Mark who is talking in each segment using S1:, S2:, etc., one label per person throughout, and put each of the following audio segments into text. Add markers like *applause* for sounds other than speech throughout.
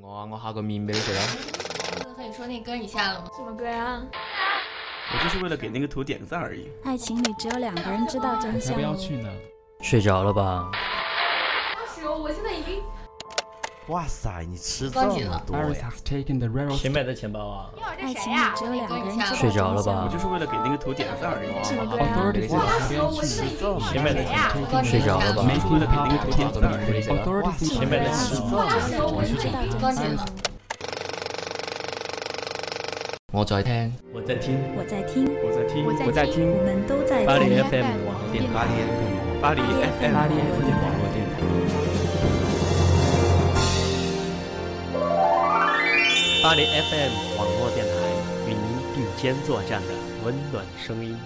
S1: 我啊，我下个面俾你食啊！
S2: 和你说那歌你下了吗？
S3: 什么歌啊？
S4: 我就是为了给那个图点赞而已。
S5: 爱情里只有两个人知道真
S6: 要
S5: 相
S6: 不。要去呢？
S7: 睡着了吧？
S3: 当时我现在已经
S8: 哇塞，你吃这
S2: 高级
S8: 么
S2: 了
S8: 多
S6: Iris
S8: 呀！
S6: has taken the rare
S7: 谁买的钱包啊？
S5: 爱情里只有两个人知道真相。
S7: 睡着了吧
S4: 我就是为了给那个图点赞而已。
S3: 什么歌呀？
S6: authorities
S8: 哇
S6: 要不要去呢？
S8: 这么
S7: 谁买的钱？睡着了吧？
S4: 就是为了给那个图点赞而已。
S8: 哇
S6: Authorities
S8: 谁
S7: 买的
S5: 钱
S3: 当时我现在已经
S2: 高级了，
S1: 我在听，
S7: 我在听，
S5: 我在听，
S4: 我在听，我在听
S5: 我们都在
S7: 巴黎
S5: 听。
S7: FM 网络电台。
S8: 巴黎 FM
S4: 巴黎 FM
S6: 巴黎 FM 网络电台。
S7: 巴黎 FM 网络电台与您并肩作战的温暖声音。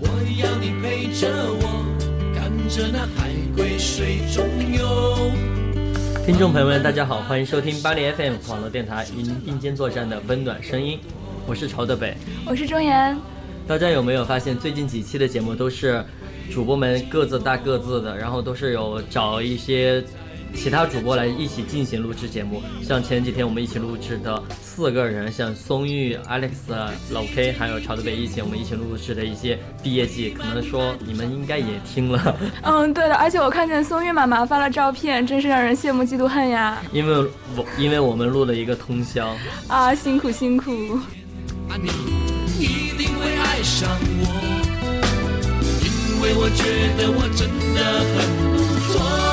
S9: 我要你陪着我，看着那海龟水中游。
S7: 听众朋友们，大家好，欢迎收听巴黎 FM 网络电台与您并肩作战的温暖声音，我是朝德北。
S3: 我是钟岩，
S7: 大家有没有发现，最近几期的节目都是主播们各自搭各自的，然后都是有找一些其他主播来一起进行录制节目。像前几天我们一起录制的四个人，像松玉、Alex、老 K 还有朝德北一起，我们一起录制的一些毕业季，可能说你们应该也听了，
S3: 嗯，对的，而且我看见松玉妈妈发了照片，真是让人羡慕嫉妒恨呀！
S7: 因为我因为我们录了一个通宵。
S3: 啊，辛苦辛苦。
S9: 啊，你一定会爱上我，因为我觉得我真的很不错。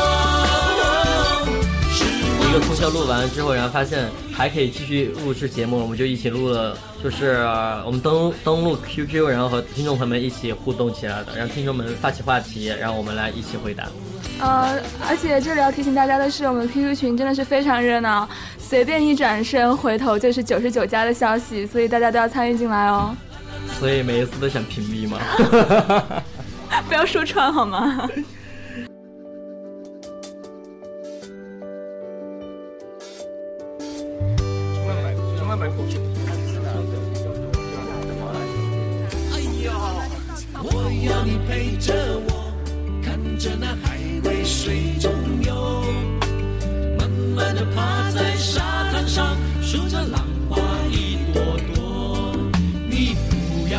S9: 是
S7: 一
S9: 我
S7: 个通宵录完之后，然后发现还可以继续录制节目，我们就一起录了，就是呃我们登登录 QQ，然后和听众朋友们一起互动起来的，让听众们发起话题，然后我们来一起回答。
S3: 呃，而且这里要提醒大家的是，我们的 QQ 群真的是非常热闹，随便一转身，回头就是九十九加的消息，所以大家都要参与进来哦，
S7: 所以每一次都想屏蔽嘛。
S3: 不要说穿好吗？
S9: 我要你陪着我，看着那海龟水中游，慢慢的趴在沙滩上，数着浪花一朵朵。你不要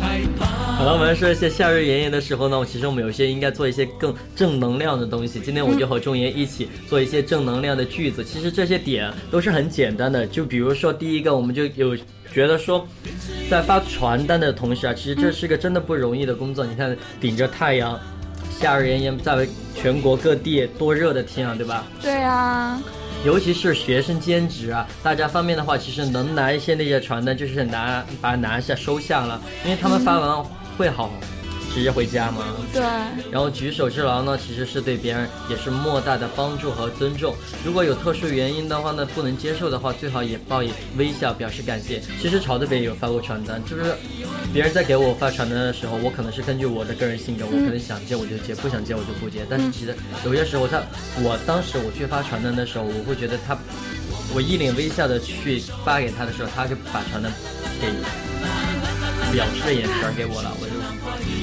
S9: 害怕。
S7: 好了，我们说一些夏日炎炎的时候呢，我其实我们有些应该做一些更正能量的东西。今天我就和钟岩一起做一些正能量的句子。其实这些点都是很简单的，就比如说第一个，我们就有觉得说，在发传单的同时啊，其实这是个真的不容易的工作。你看，顶着太阳，夏日炎炎，在全国各地多热的天啊，对吧？
S3: 对啊，
S7: 尤其是学生兼职啊，大家方面的话，其实能拿一些那些传单，就是拿把它拿下收下了，因为他们发完会好直接回家嘛。
S3: 对，
S7: 然后举手之劳呢，其实是对别人也是莫大的帮助和尊重。如果有特殊原因的话呢，不能接受的话，最好也报以微笑表示感谢。其实朝特别有发过传单，就是别人在给我发传单的时候，我可能是根据我的个人性格，我可能想接我就接，不想接我就不接。但是其实有些时候他，我当时我去发传单的时候，我会觉得他，我一脸微笑的去发给他的时候，他就把传单给表示的眼神给我了，我就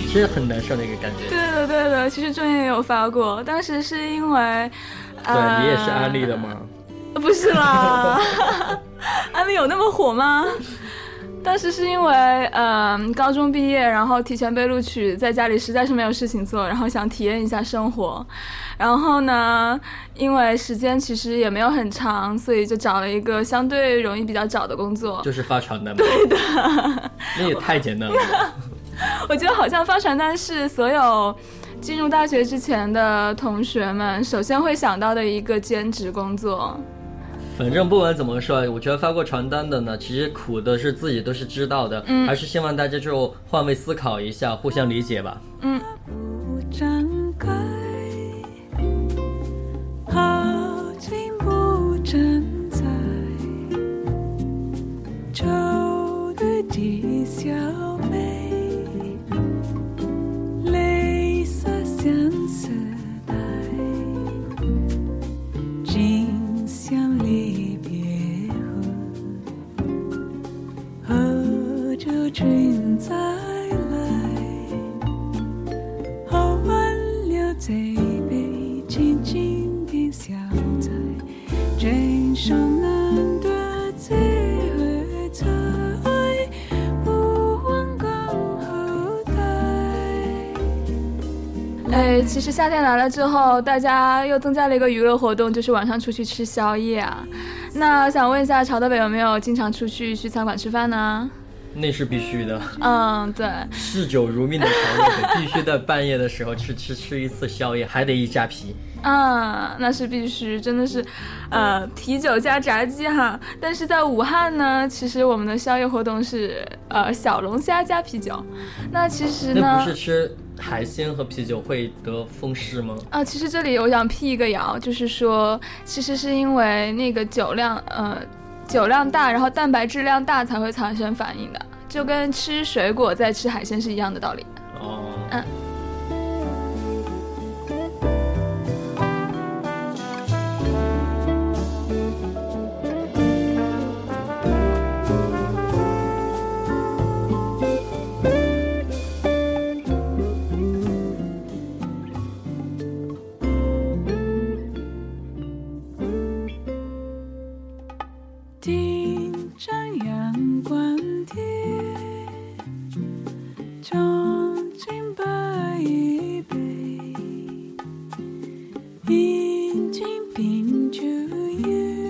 S7: 其实很难受的一个感觉。
S3: 对的对的，其实中也有发过，当时是因为，呃，
S7: 对你也是安利的吗？
S3: 不是啦， *laughs* 安利有那么火吗？当时是因为，嗯、高中毕业，然后提前被录取，在家里实在是没有事情做，然后想体验一下生活，然后呢，因为时间其实也没有很长，所以就找了一个相对容易比较找的工作。
S7: 就是发传单吗？对的， *laughs* 那也太简单 *laughs* 了。
S3: 我觉得好像发传单是所有进入大学之前的同学们首先会想到的一个兼职工作。
S7: 反正不管怎么说，我觉得发过传单的呢，其实苦的是自己都是知道的，还是希望大家就换位思考一下，互相理解吧。
S10: 展开，好景不常在，愁的地你笑眉，泪洒相思带，今宵离别后，何处君再来？后门留这杯，静静的消灾。人生难得最喝彩，不枉刚后代。
S7: 嗯
S3: 哎，其实夏天来了之后，大家又增加了一个娱乐活动，就是晚上出去吃宵夜啊。那想问一下，朝德北有没有经常出去去餐馆吃饭呢？
S7: 那是必须 *laughs* 的。
S3: 嗯，对，
S7: 嗜酒如命的朝日北，必须在半夜的时候去吃吃一次宵夜，还得一扎啤。
S3: 啊，那是必须，真的是，呃，啤酒加炸鸡哈。但是在武汉呢，其实我们的宵夜活动是呃小龙虾加啤酒。那其实
S7: 那
S3: 呢
S7: 不，是吃海鲜和啤酒会得风湿吗？
S3: 啊，其实这里我想辟一个谣，就是说，其实是因为那个酒量，呃，酒量大，然后蛋白质量大才会产生反应的，就跟吃水果再吃海鲜是一样的道理。
S7: 哦，
S3: 嗯。
S10: 顶着阳光的憧憬把一杯，饮尽冰酒夜，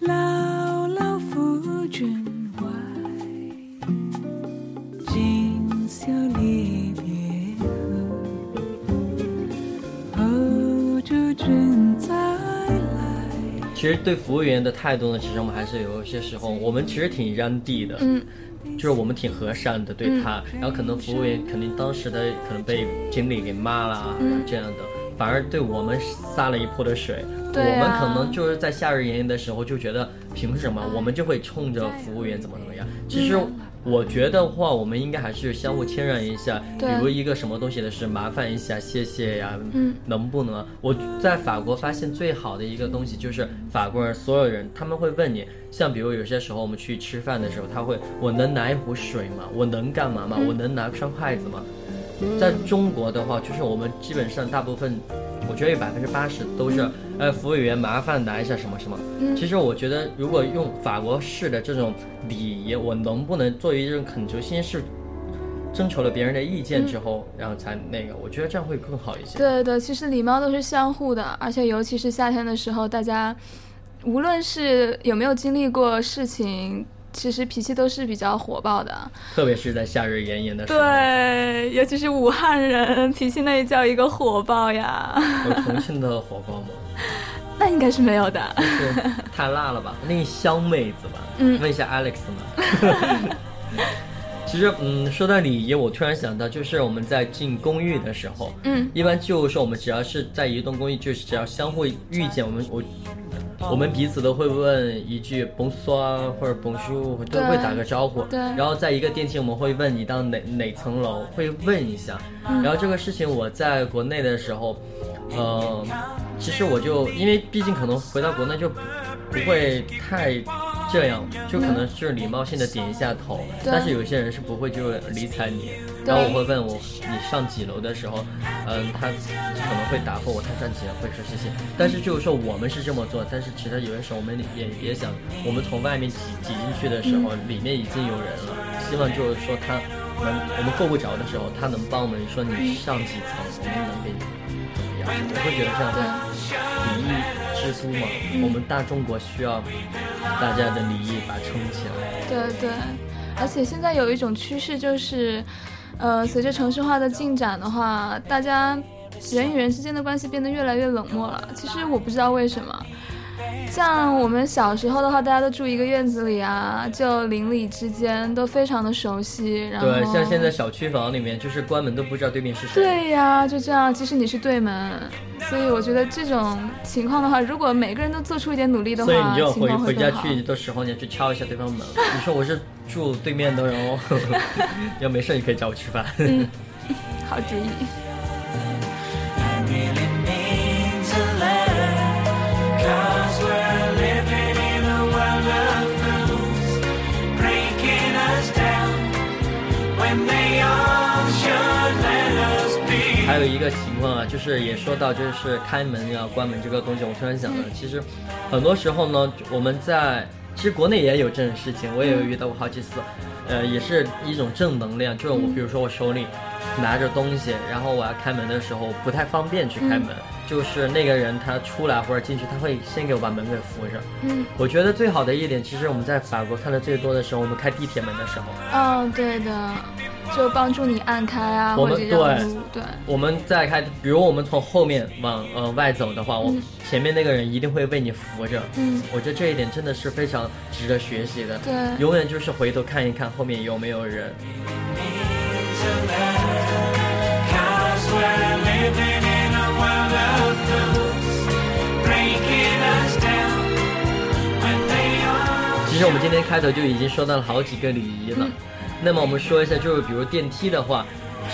S10: 牢牢抚君怀，今宵离别后，后祝君再来。
S7: 其实对服务员的态度呢，其实我们还是有一些时候，我们其实挺让地的，
S3: 嗯，
S7: 就是我们挺和善的对他，然后可能服务员肯定当时的可能被经理给骂啦、
S3: 嗯
S7: 这样的，反而对我们撒了一泼的水。
S3: 对啊
S7: 我们可能就是在夏日炎炎的时候就觉得凭什么，
S3: 嗯
S7: 我们就会冲着服务员怎么怎么样。其实我觉得话，我们应该还是相互谦让一下，比
S3: 对
S7: 如一个什么东西的事，麻烦一下，谢谢呀，
S3: 嗯
S7: 能不能？我在法国发现最好的一个东西就是法国人所有人他们会问你，像比如有些时候我们去吃饭的时候，他会我能拿一壶水吗？我能干嘛吗？我能拿双筷子吗？在中国的话，就是我们基本上大部分，我觉得有百分之八十都是，呃，服务员麻烦拿一下什么什么。其实我觉得，如果用法国式的这种礼仪，我能不能作为一种恳求，先是征求了别人的意见之后，然后才那个，我觉得这样会更好一些。
S3: 嗯对对，其实礼貌都是相互的，而且尤其是夏天的时候，大家无论是有没有经历过事情，其实脾气都是比较火爆的。
S7: 特别是在夏日炎炎的时候，
S3: 对，尤其是武汉人，脾气那叫一个火爆呀。
S7: 有重庆的火锅吗？
S3: *laughs* 那应该是没有的。
S7: 就是太辣了吧？那个香妹子吧，
S3: 嗯
S7: 问一下 Alex 嘛。 *laughs* 其实，嗯，说到礼仪，我突然想到，就是我们在进公寓的时候，
S3: 嗯
S7: 一般就是说我们只要是在一栋公寓，就是只要相互遇见，我们我我们彼此都会问一句 “bonsoir” 或者 “bonjour”，都
S3: 对
S7: 会打个招呼。
S3: 对
S7: 然后在一个电梯，我们会问你到哪哪层楼，会问一下。
S3: 嗯
S7: 然后这个事情我在国内的时候，呃，其实我就因为毕竟可能回到国内就不不会太这样，就可能是礼貌性的点一下头，
S3: 对
S7: 但是有些人是不会就理睬你。
S3: 对
S7: 然后我会问我你上几楼的时候，嗯，他可能会答复我他上几楼会说谢谢，但
S3: 嗯
S7: 是就是说我们是这么做，但是其实有的时候我们也也想，我们从外面挤挤进去的时候，
S3: 嗯
S7: 里面已经有人了，希望就是说他能我们够不着的时候，他能帮我们说
S3: 嗯
S7: 你上几层，我们能给你怎么样？我会觉得这样会礼仪之都嘛，
S3: 嗯
S7: 我们大中国需要大家的礼仪把它撑起来。
S3: 对对，而且现在有一种趋势就是，呃，随着城市化的进展的话，大家人与人之间的关系变得越来越冷漠了。其实我不知道为什么。像我们小时候的话，大家都住一个院子里啊，就邻里之间都非常的熟悉。然后
S7: 对，像现在小区房里面，就是关门都不知道对面是谁。
S3: 对呀，就这样。即使你是对门，所以我觉得这种情况的话，如果每个人都做出一点努力的话，
S7: 所以你就要
S3: 情
S7: 回
S3: 况
S7: 回
S3: 会
S7: 家
S3: 更好。
S7: 去的时候，你要去敲一下对方门。你说我是住对面的人哦， *laughs* 要没事你可以找我吃饭。
S3: 嗯，好主意。
S9: Cause we're living in a world of fools, breaking us down when they all should let us be.
S7: *laughs* 还有一个情况啊，就是也说到就是开门呀、关门这个东西，我突然想
S3: 嗯
S7: 到，其实很多时候呢，我们在其实国内也有这种事情，我也有
S3: 嗯
S7: 遇到过好几次，呃，也是一种正能量，就是
S3: 嗯
S7: 我比如说我手里拿着东西，然后我要开门的时候不太方便去
S3: 嗯
S7: 开门，就是那个人他出来或者进去，他会先给我把门给扶着。
S3: 嗯
S7: 我觉得最好的一点，其实我们在法国看的最多的时候，我们开地铁门的时候，
S3: 嗯，对的，就帮助你按开啊，
S7: 我
S3: 或
S7: 们
S3: 者让路，对，
S7: 我们在开，比如我们从后面往呃外走的话，我
S3: 嗯
S7: 前面那个人一定会为你扶着。
S3: 嗯
S7: 我觉得这一点真的是非常值得学习的。
S3: 对
S7: 永远就是回头看一看后面有没有人。
S9: Cause we're living in a world of fools, breaking us down when they all.
S7: 其实我们今天开头就已经说到了好几个礼仪
S3: 嗯
S7: 了。那么我们说一下，就是比如电梯的话，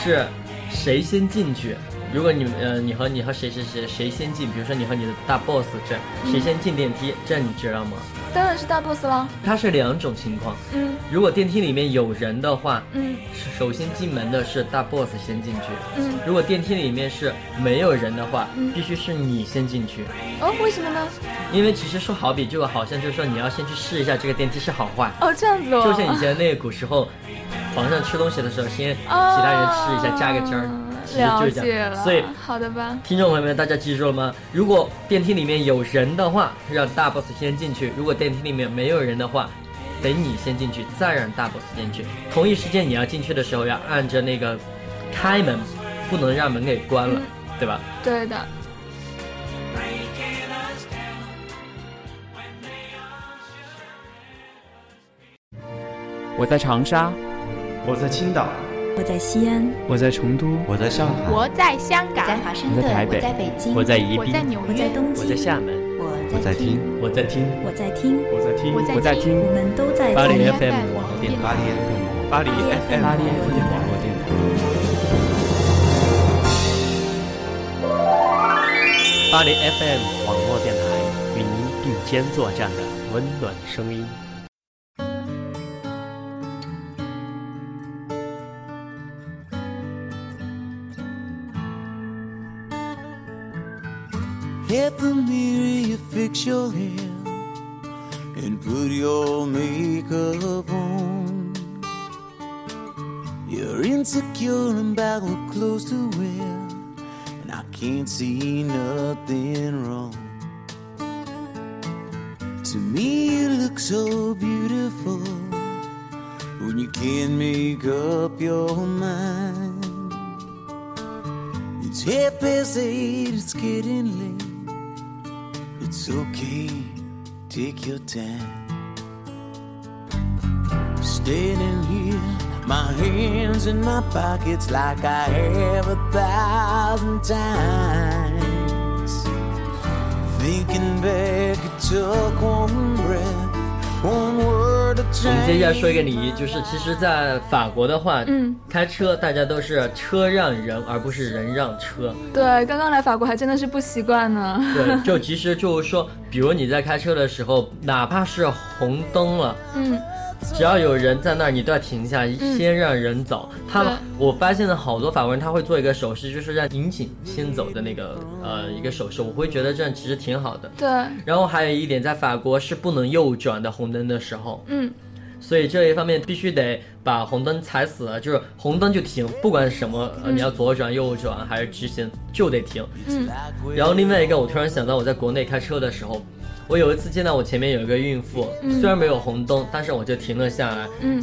S7: 是谁先进去？如果你们呃你和你和谁谁谁谁先进，比如说你和你的大 boss 这
S3: 嗯
S7: 谁先进电梯，这你知道吗？
S3: 当然是大 boss 啦。
S7: 它是两种情况。
S3: 嗯
S7: 如果电梯里面有人的话，
S3: 嗯
S7: 首先进门的是大 boss 先进去。
S3: 嗯，
S7: 如果电梯里面是没有人的话，
S3: 嗯
S7: 必须是你先进去，
S3: 哦，为什么呢？
S7: 因为其实说好比就好像就是说你要先去试一下这个电梯是好坏，
S3: 哦，这样子哦，
S7: 就像以前那个古时候，皇上吃东西的时候先其
S3: 哦
S7: 他人吃一下扎个尖儿，其实就
S3: 了
S7: 是这
S3: 解
S7: 样。
S3: 了，
S7: 所以
S3: 好的吧，
S7: 听众朋友们，大家记住了吗？如果电梯里面有人的话，让大 boss 先进去；如果电梯里面没有人的话，得你先进去，再让大 boss 进去。同一时间你要进去的时候，要按着那个开门，不能让门给关了，对吧？
S3: 对的。
S4: 我在长沙，
S8: 我在青岛，
S5: 我在西安，
S4: 我在成都，
S8: 我在上海，
S11: 我在香港，
S5: 在华盛
S4: 我在台北
S5: 北京
S4: 我在宜
S11: 我
S4: 宾
S11: 在，纽
S5: 我在
S11: 约，
S5: 东京，
S4: 厦门，
S5: 我
S8: 我在听，
S7: 我在听
S5: 我在听，
S4: 我在听
S11: 我在我在听
S5: 我们都在
S7: 八
S5: 听
S7: 零
S11: 在
S7: FM 网络电台。
S8: 巴黎 FM，
S4: 巴黎
S5: 巴黎
S4: FM，
S5: 巴
S12: 巴黎
S6: 黎 FM 网络电台。
S12: FM 网络电台与您并肩作战的温暖声音。
S9: Hit the mirror, you fix your hair and put your makeup on. You're insecure about what clothes to wear, and I can't see nothing wrong. To me, you look so beautiful when you can't make up your mind. It's half past eight, it's getting late. It's okay, take your time. Standing here, my hands in my pockets like I have a thousand times. Thinking back, it took one breath, one word to
S7: 我们接下来
S9: change.
S7: 说一个礼仪，就是其实，在法国的话，
S3: 嗯，
S7: 开车大家都是车让人，而不是人让车。
S3: 对，刚刚来法国还真的是不习惯呢。
S7: 对， *laughs* 就其实就是说，比如你在开车的时候，哪怕是红灯了，
S3: *laughs* 嗯，
S7: 只要有人在那儿，你都要停下，先让人走。他们
S3: 对
S7: 我发现了好多法国人，他会做一个手势，就是让引颈先走的那个呃一个手势，我会觉得这样其实挺好的。
S3: 对，
S7: 然后还有一点，在法国是不能右转的，红灯的时候。
S3: 嗯，
S7: 所以这一方面必须得把红灯踩死了，就是红灯就停，不管什么，呃
S3: 嗯
S7: 你要左转、右转还是直行，就得停。
S3: 嗯
S7: 然后另外一个，我突然想到，我在国内开车的时候，我有一次见到我前面有一个孕妇，
S3: 嗯
S7: 虽然没有红灯，但是我就停了下来。
S3: 嗯，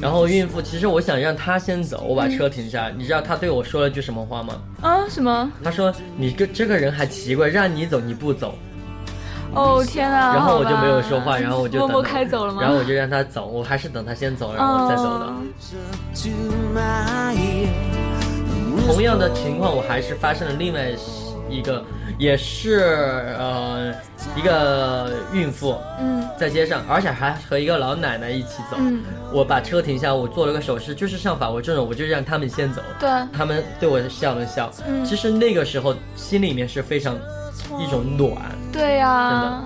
S7: 然后孕妇其实我想让她先走，我把车停下来。你知道她对我说了句什么话吗？
S3: 啊，什么？
S7: 她说：“你个这个人还奇怪，让你走你不走。”
S3: 哦天啊！
S7: 然后我就
S3: 好吧
S7: 没有说话，然后我就
S3: 默
S7: 等
S3: 默
S7: 她
S3: 开走了吗？
S7: 然后我就让她走，我还是等她先走，然后我再走的。
S3: 哦
S9: to my ear.
S7: 同样的情况，我还是发生了另外一个也是呃一个孕妇，
S3: 嗯，
S7: 在街上，而且还和一个老奶奶一起走。
S3: 嗯
S7: 我把车停下，我做了个手势，就是像法国这种，我就让他们先走。
S3: 对
S7: 他们对我笑了笑。
S3: 嗯
S7: 其实那个时候心里面是非常一种暖。
S3: 对呀、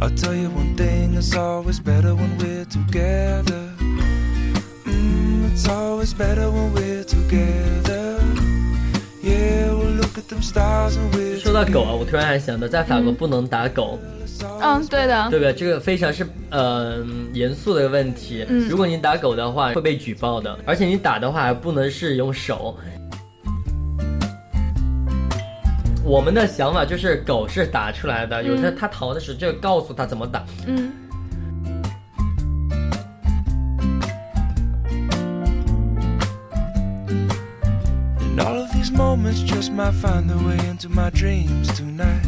S13: I'll tell you one thing it's always better when we're together. Mm, it's always better when we're together. Yeah, we'll look at them stars and we're
S7: 说到狗啊，我突然还想到，在法国不能打狗，
S3: 嗯，对的，
S7: 对不对？这个非常是呃严肃的问题。
S3: 嗯
S7: 如果你打狗的话，会被举报的，而且你打的话还不能是用手。我们的想法就是狗是打出来的，有的
S3: 嗯
S7: 它逃的时候就告诉它怎么打。
S3: 嗯。
S13: And all of these moments just might find their way into my dreams tonight.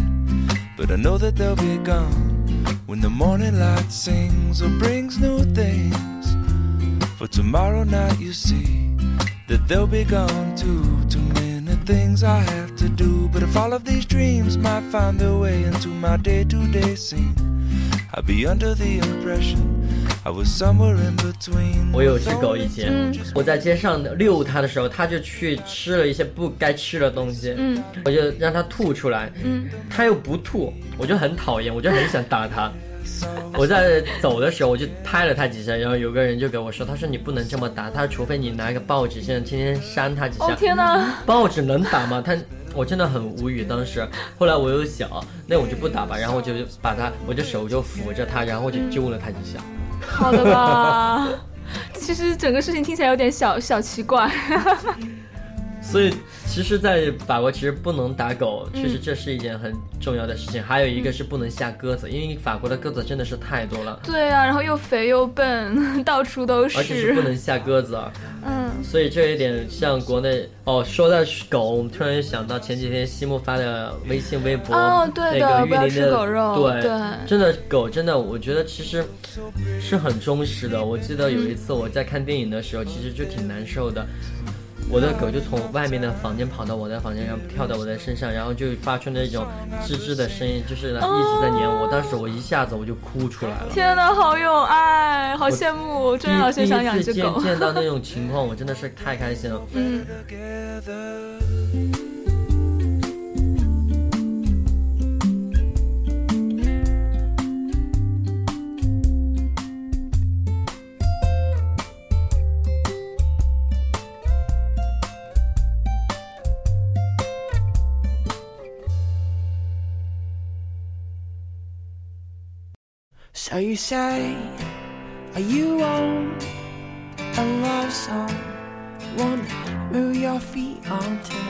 S13: But I know that they'll be gone when the morning light sings or brings new things. For tomorrow night, you see that they'll be gone too. Too many things I have to do. But if all of these dreams might find their way into my day to day scene, I'd be under the impression I was somewhere in between.
S7: 我有只狗以前，
S13: 嗯
S7: 我在街上遛它的时候，它就去吃了一些不该吃的东西，
S3: 嗯
S7: 我就让它吐出来，
S3: 嗯
S7: 它又不吐，我就很讨厌，我就很想打它。我在走的时候，我就拍了它几下，然后有个人就给我说，他说你不能这么打它，除非你拿个报纸，现在天天扇它几下。
S3: 哦天哪！
S7: 报纸能打吗？他，我真的很无语。当时，后来我又想，那我就不打吧，然后我就把它，我就手就扶着它，然后我就
S3: 嗯
S7: 揪了它几下。
S3: 好的
S7: *laughs*
S3: 吧。其实整个事情听起来有点小小奇怪，
S7: 所以，其实，在法国其实不能打狗，
S3: 嗯
S7: 确实这是一件很重要的事情。还有一个是不能下鸽子，因为法国的鸽子真的是太多了，
S3: 对啊，然后又肥又笨， *laughs* 到处都
S7: 而且是不能
S3: 是。
S7: 下鸽子啊。
S3: 嗯，
S7: 所以这一点，像国内哦，说到狗，我们突然想到前几天西木发的微信、微博，
S3: 哦对的
S7: 那个
S3: 不要
S7: 玉林的
S3: 吃狗肉
S7: 对，
S3: 对
S7: 真的狗真的，我觉得其实是很忠实的。我记得有一次我在看电影的时候，其实就挺难受的。我的狗就从外面的房间跑到我的房间，然后跳到我的身上，然后就发出那种吱吱的声音，就是一直在粘我。当时我一下子我就哭出来了。
S3: 天哪，好有爱，好羡慕，
S7: 第
S3: 真
S7: 一
S3: 老师想养
S7: 第
S3: 只
S7: 次见
S3: 狗。
S7: 见到那种情况，我真的是太开心了。
S3: 嗯，
S14: So you say
S13: Are you on a love song? One move your feet until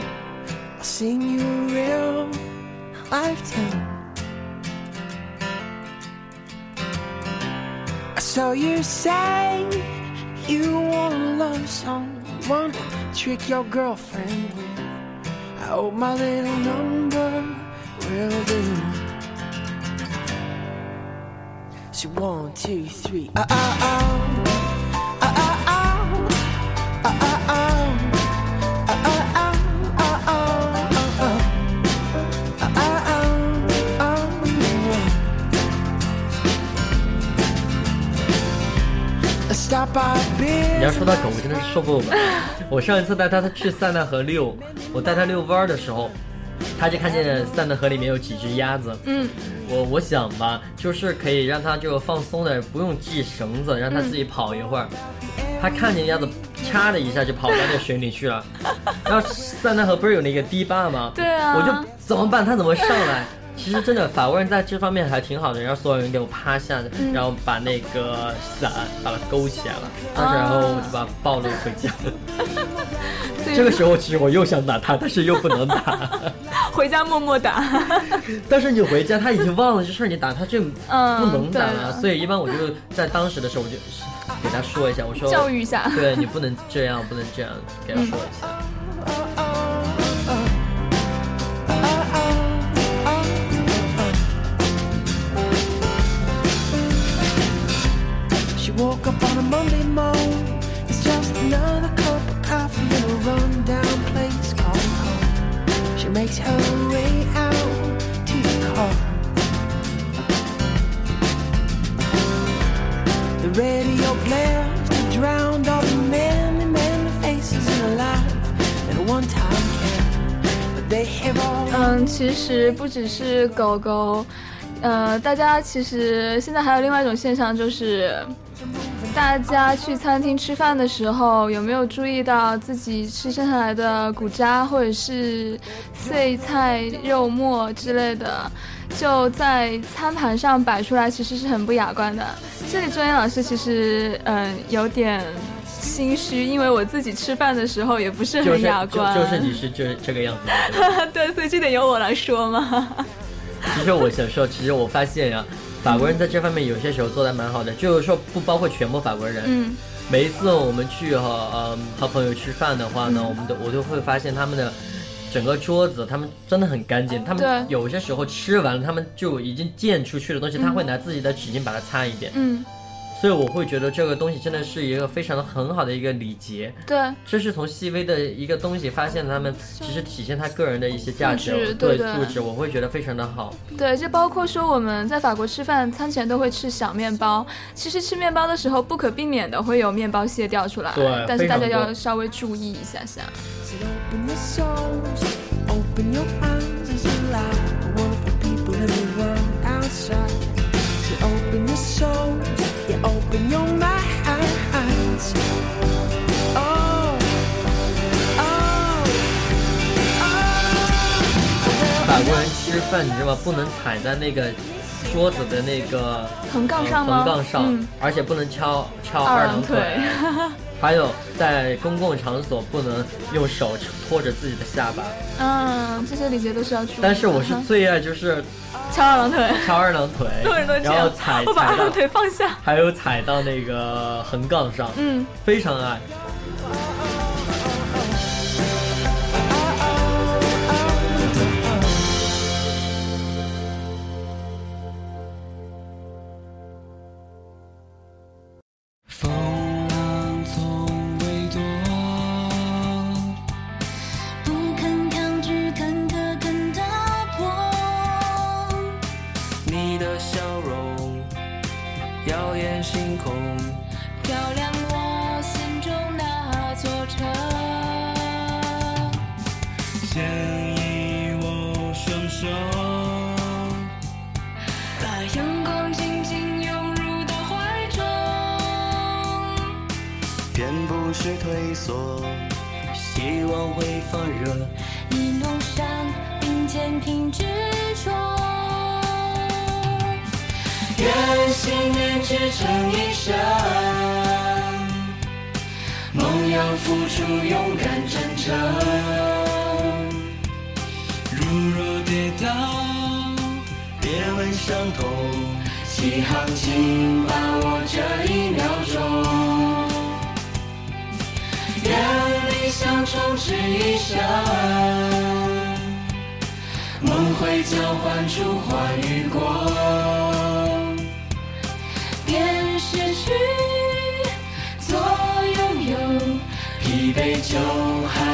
S13: I sing you a real life tale. So you say you want a love song, one to trick your girlfriend with. I hope my little number will do. So one, two, three. Uh uh oh. Uh uh oh. Uh uh oh. Uh uh oh. Uh oh oh oh. Uh uh oh oh. oh. Stop our
S7: 你
S13: beer.
S7: 要说到狗，我真的是受不了。我上一次带它去塞纳河遛，我带它遛弯儿的时候，它就看见塞纳河里面有几只鸭子。
S3: 嗯，
S7: 我我想吧，就是可以让它就放松点，不用系绳子，让它自己跑一会儿。它看见鸭子，嚓的一下就跑到那水里去
S3: *laughs*
S7: 了。然后塞纳河不是有那个堤坝吗？
S3: 对啊
S7: 我就怎么办？它怎么上来？其实真的法国人在这方面还挺好的，然后所有人给我趴下，
S3: 嗯
S7: 然后把那个伞把它勾起来了，当时然后
S3: 哦
S7: 我就把它暴露回
S3: *laughs*
S7: 家。这个时候其实我又想打它，但是又不能打。 *laughs*
S3: 回家默默打。
S7: 但是你回家，它已经忘了这事儿，你打它就不
S3: 嗯
S7: 能打
S3: 对
S7: 了。
S3: 了
S7: 所以一般我就在当时的时候，我就给它说一下，我说
S3: 教育一下
S7: *laughs* 对你不能这样，不能这样，给它说一下。
S13: She woke up on a Monday morning. It's just another cup of coffee in a rundown place called home. She makes her way out to the car. The radio blares to drown all the many, many faces in her life and a one-time care. But they have all.
S3: 嗯，其实不只是狗狗，呃，大家其实现在还有另外一种现象，就是大家去餐厅吃饭的时候，有没有注意到自己吃剩下来的骨渣或者是碎菜、肉末之类的，就在餐盘上摆出来，其实是很不雅观的。这里周岩老师其实嗯有点心虚，因为我自己吃饭的时候也不是
S7: 就
S3: 嗯很
S7: 是
S3: 雅
S7: 就
S3: 观，
S7: 就是你是这这个样子
S3: *laughs*
S7: 的。
S3: 对，所以这点由我来说嘛。
S7: 其实我想说，其实我发现呀、法国人在这方面有些时候做的蛮好的，就是说不包括全部法国人。
S3: 嗯
S7: 每一次我们去和呃和朋友吃饭的话呢，
S3: 嗯
S7: 我们的我就会发现他们的整个桌子，他们真的很干净。他们
S3: 嗯对
S7: 有些时候吃完了，他们就已经溅出去的东西，
S3: 嗯
S7: 他会拿自己的纸巾把它擦一遍。
S3: 嗯，
S7: 所以我会觉得这个东西真的是一个非常的很好的一个礼节。
S3: 对，
S7: 这是从细微的一个东西发现他们，其实体现他个人的一些价值，
S3: 素质对对
S7: 素质，我会觉得非常的好。
S3: 对，这包括说我们在法国吃饭，餐前都会吃小面包。其实吃面包的时候，不可避免的会有面包屑掉出来，
S7: 对
S3: 但是大家
S7: 非常多
S3: 要稍微注意一下下。
S13: Open your souls, open your eyes as you allow the wonderful people in the world outside. You open your soul, you open your minds. Oh, oh, oh.
S7: 法国人吃饭，你知道吗？不能踩在那个桌子的那个呃
S3: 横杠上吗
S7: 嗯横杠上，
S3: 嗯
S7: 而且不能翘翘
S3: 二
S7: 二
S3: 郎
S7: 郎
S3: 腿
S7: 腿。 *laughs* 还有，在公共场所不能用手托着自己的下巴。
S3: *laughs* 嗯，这些礼节都是要注意的。
S7: 但是我是
S3: 哈
S7: 最爱就是
S3: 翘二
S7: *laughs*
S3: 郎腿，，
S7: 翘二郎腿
S3: 嗯 *laughs* 所有人都这
S7: 然后
S3: 样
S7: 踩，
S3: 我把
S7: 踩
S3: 二郎
S7: 到，
S3: 腿放下。
S7: 还有踩到那个横杠上，
S3: 嗯，
S7: 非常爱。
S9: 风浪从未躲，
S15: 不肯抗拒坎坷跟打破，
S9: 你的笑容耀眼星空，
S15: 照亮我心中那座城。
S9: 牵引我双手，
S15: 把阳光紧紧拥入到怀中，
S9: 便不是退缩，希望会放热。
S15: 一路上并肩挺执着。
S9: 愿
S10: 心愿支撑一生。梦要付出勇敢真诚，如若跌倒，别问伤痛，起航，请把握这一秒钟。愿理想充斥一生，梦会交换出花与果。
S16: 便失去，做拥有。
S10: 疲惫就害